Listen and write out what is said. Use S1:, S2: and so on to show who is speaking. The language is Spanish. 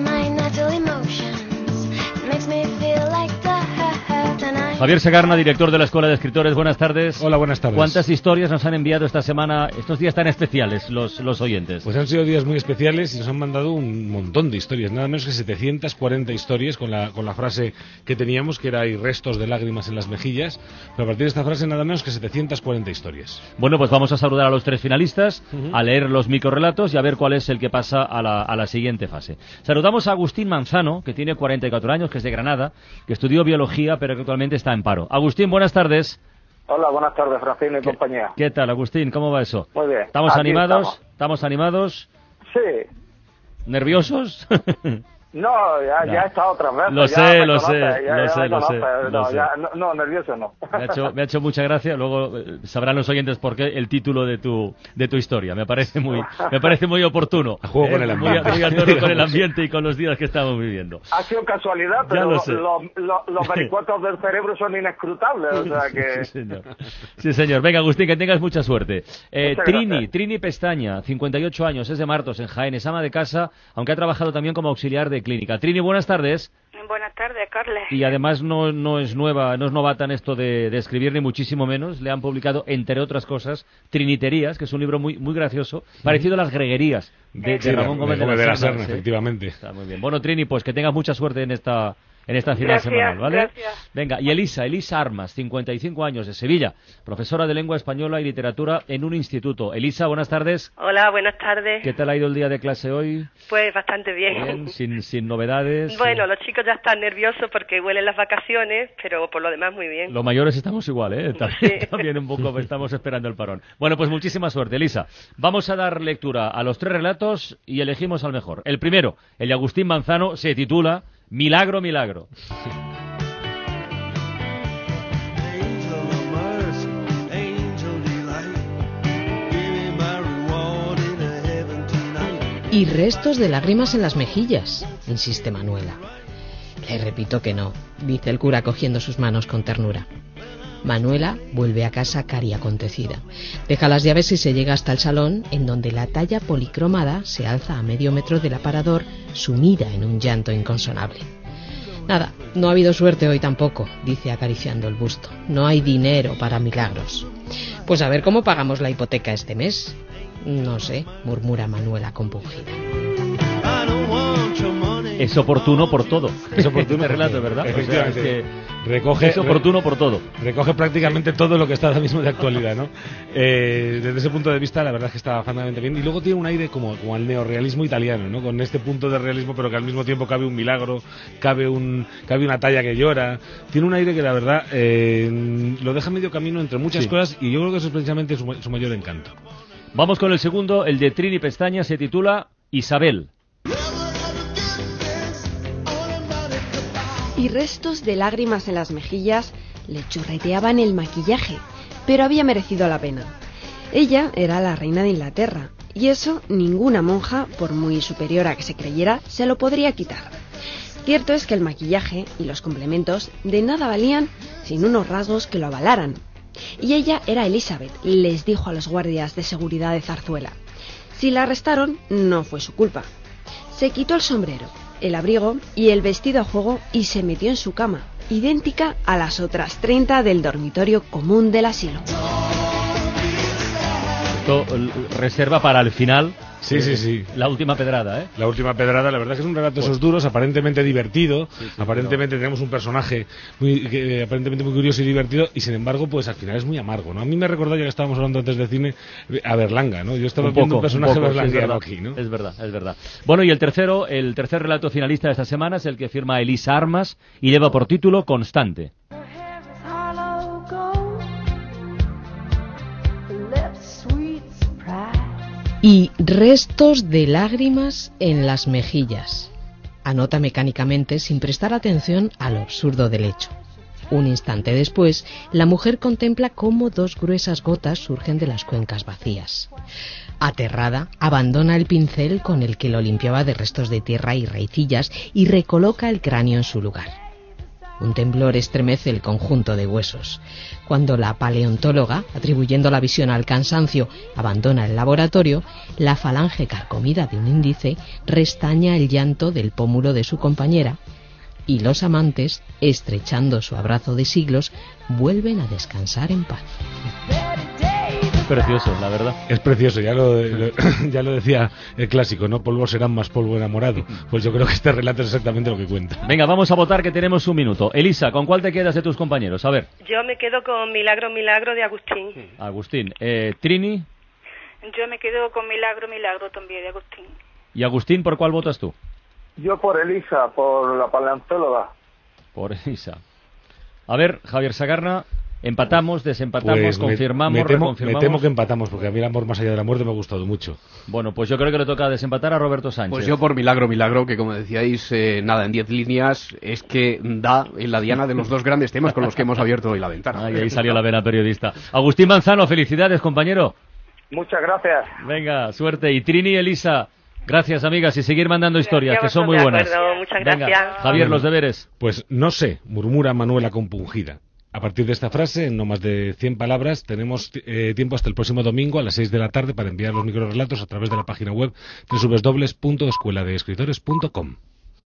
S1: my natural emotions. Makes me feel like the hurt and I
S2: Javier Segarna, director de la Escuela de Escritores, buenas tardes.
S3: Hola, buenas tardes.
S2: ¿Cuántas historias nos han enviado esta semana, estos días tan especiales, los, los oyentes?
S3: Pues han sido días muy especiales y nos han mandado un montón de historias, nada menos que 740 historias con la, con la frase que teníamos, que era hay restos de lágrimas en las mejillas, pero a partir de esta frase nada menos que 740 historias.
S2: Bueno, pues vamos a saludar a los tres finalistas, a leer los microrelatos y a ver cuál es el que pasa a la, a la siguiente fase. Saludamos a Agustín Manzano, que tiene 44 años, que es de Granada, que estudió biología, pero que actualmente está en paro. Agustín, buenas tardes.
S4: Hola, buenas tardes, Racino y compañía.
S2: ¿Qué tal, Agustín? ¿Cómo va eso?
S4: Muy bien.
S2: ¿Estamos
S4: Aquí
S2: animados?
S4: estamos.
S2: animados?
S4: Sí.
S2: ¿Nerviosos?
S4: No, ya,
S2: No.
S4: ya he estado otras veces.
S2: Lo
S4: ya
S2: sé,
S4: me
S2: lo sé,
S4: conoces, ya-
S2: lo
S4: ya
S2: sé,
S4: me
S2: lo sé,
S4: conoces,
S2: lo
S4: No,
S2: sé.
S4: ya- no, no, nervioso no.
S2: Me ha, hecho, me ha hecho mucha gracia. Luego eh, sabrán los oyentes por qué el título de tu, de tu historia. Me parece muy, me parece muy oportuno. Eh,
S3: A juego con el
S2: Muy
S3: ambiente.
S2: muy a tono con el ambiente y con los días que estamos viviendo.
S4: Ha sido casualidad, pero
S2: lo
S4: lo-
S2: sé.
S4: lo- lo- los vericuetos del cerebro son inescrutables. O sea que.
S2: Sí, señor. Sí, señor. Venga, Agustín, que tengas mucha suerte. Eh,
S4: Muchas
S2: Trini,
S4: gracias.
S2: Trini Pestaña, 58 años, es de Martos, en Jaén, es ama de casa, aunque ha trabajado también como auxiliar de clínica. Trini, buenas tardes.
S5: Buenas tardes, Carles.
S2: Y además no, no es nueva, no es novata en esto de, de escribir, ni muchísimo menos. Le han publicado, entre otras cosas, Triniterías, que es un libro muy, muy gracioso, parecido a las greguerías de, de
S3: Sí,
S2: Ramón
S3: de-
S2: Gómez
S3: de Gómez de la
S2: Serna,
S3: Serna,
S2: sí.
S3: efectivamente.
S2: Está muy bien. Bueno, Trini, pues que tengas mucha suerte en esta en esta final
S5: Gracias,
S2: semanal, ¿vale?
S5: gracias.
S2: Venga, y Elisa, Elisa Armas, 55 años, de Sevilla, profesora de lengua española y literatura en un instituto. Elisa, buenas tardes.
S5: Hola, buenas tardes.
S2: ¿Qué tal ha ido el día de clase hoy?
S5: Pues bastante bien.
S2: Bien, sin, sin novedades.
S5: Bueno, los chicos ya están nerviosos porque huelen las vacaciones, pero por lo demás muy bien.
S2: Los mayores estamos igual, ¿eh? También,
S5: Sí.
S2: también un poco estamos esperando el parón. Bueno, pues muchísima suerte, Elisa. Vamos a dar lectura a los tres relatos y elegimos al mejor. El primero, el de Agustín Manzano, se titula Milagro, Milagro.
S6: Angel of mercy, angel delight, give me my reward in a heaven tonight.
S7: Y restos de lágrimas en las mejillas, insiste Manuela. Le repito que no, dice el cura cogiendo sus manos con ternura. Manuela vuelve a casa cari acontecida. Deja las llaves y se llega hasta el salón, en donde la talla policromada se alza a medio metro del aparador, sumida en un llanto inconsonable. Nada, no ha habido suerte hoy tampoco, dice acariciando el busto. No hay dinero para milagros. Pues a ver cómo pagamos la hipoteca este mes. No sé, murmura Manuela compungida.
S6: I don't want your money.
S2: Es oportuno por todo.
S3: Es oportuno
S2: Este relato,
S3: por todo.
S2: ¿verdad?
S3: Efectivamente. Eh,
S2: que
S3: Recoge-
S2: es oportuno por todo.
S3: Recoge prácticamente todo lo que está ahora mismo de actualidad, ¿no? Eh, desde ese punto de vista, la verdad es que está francamente bien. Y luego tiene un aire como, como al neorrealismo italiano, ¿no? Con este punto de realismo, pero que al mismo tiempo cabe un milagro, cabe, un, cabe una talla que llora. Tiene un aire que, la verdad, eh, lo deja medio camino entre muchas
S2: Sí.
S3: cosas y yo creo que eso es precisamente su, ma- su mayor encanto.
S2: Vamos con el segundo, el de Trini Pestaña, se titula Isabel.
S8: y restos de lágrimas en las mejillas le chorreteaban el maquillaje, pero había merecido la pena. Ella era la reina de Inglaterra, y eso ninguna monja, por muy superior a que se creyera, se lo podría quitar. Cierto es que el maquillaje y los complementos de nada valían sin unos rasgos que lo avalaran. Y ella era Elizabeth, les dijo a los guardias de seguridad de Zarzuela. Si la arrestaron, no fue su culpa. Se quitó el sombrero, el abrigo y el vestido a juego y se metió en su cama, idéntica a las otras 30 del dormitorio común del asilo.
S2: Esto l- reserva para el final.
S3: Sí, sí, sí.
S2: La última pedrada, ¿eh?
S3: La última pedrada, la verdad es que es un relato de esos duros, aparentemente divertido, aparentemente tenemos un personaje muy, que, eh, aparentemente muy curioso y divertido, y sin embargo, pues al final es muy amargo, ¿no? A mí me recordó, ya que estábamos hablando antes de cine, eh, a Berlanga, ¿no? Yo estaba
S2: Un
S3: viendo
S2: poco,
S3: un personaje
S2: un poco, sí, es
S3: berlanguiano
S2: verdad.
S3: aquí, ¿no?
S2: Es verdad, es verdad. Bueno, y el tercero, el tercer relato finalista de esta semana es el que firma Elisa Armas y lleva por título Constante.
S1: Her hair is hollow gold. Her lips sweet surprise.
S7: y restos de lágrimas en las mejillas. Anota mecánicamente sin prestar atención a lo absurdo del hecho. Un instante después, la mujer contempla cómo dos gruesas gotas surgen de las cuencas vacías. Aterrada, abandona el pincel con el que lo limpiaba de restos de tierra y raicillas y recoloca el cráneo en su lugar. Un temblor estremece el conjunto de huesos. Cuando la paleontóloga, atribuyendo la visión al cansancio, abandona el laboratorio, la falange carcomida de un índice restaña el llanto del pómulo de su compañera y los amantes, estrechando su abrazo de siglos, vuelven a descansar en paz.
S2: Precioso, la verdad.
S3: Es precioso, ya lo, lo- ya lo decía el clásico, ¿no? Polvos serán más polvo enamorado. Pues yo creo que este relato es exactamente lo que cuenta.
S2: Venga, vamos a votar que tenemos un minuto. Elisa, ¿con cuál te quedas de tus compañeros? A ver,
S5: Yo me quedo con Milagro, Milagro de Agustín.
S2: Agustín, eh, Trini
S9: Yo me quedo con Milagro, Milagro también de Agustín.
S2: y Agustín, ¿por cuál votas tú?
S4: Yo por Elisa, por la paleontóloga.
S2: Por Elisa. A ver, Javier Sagarna, empatamos, desempatamos,
S3: Pues me-
S2: confirmamos,
S3: me, temo,
S2: reconfirmamos.
S3: me temo que empatamos, porque a mí el amor más allá de la muerte me ha gustado mucho.
S2: Bueno, pues yo creo que le toca desempatar a Roberto Sánchez.
S10: Pues yo por milagro, milagro, que como decíais, eh, nada, en 10 líneas es que da en la diana de los dos grandes temas con los que hemos abierto hoy la ventana.
S2: Ay, ahí salió la vena periodista. Agustín Manzano, felicidades, compañero.
S4: Muchas gracias.
S2: Venga, suerte. Y Trini y Elisa, gracias, amigas, y seguir mandando historias, que son muy
S5: De
S2: buenas.
S5: acuerdo, muchas
S2: Venga,
S5: gracias.
S2: Javier, los deberes.
S3: Pues no sé, murmura Manuela compungida. A partir de esta frase, en no más de 100 palabras, tenemos eh, tiempo hasta el próximo domingo a las 6 de la tarde para enviar los microrelatos a través de la página web www.escueladeescritores.com.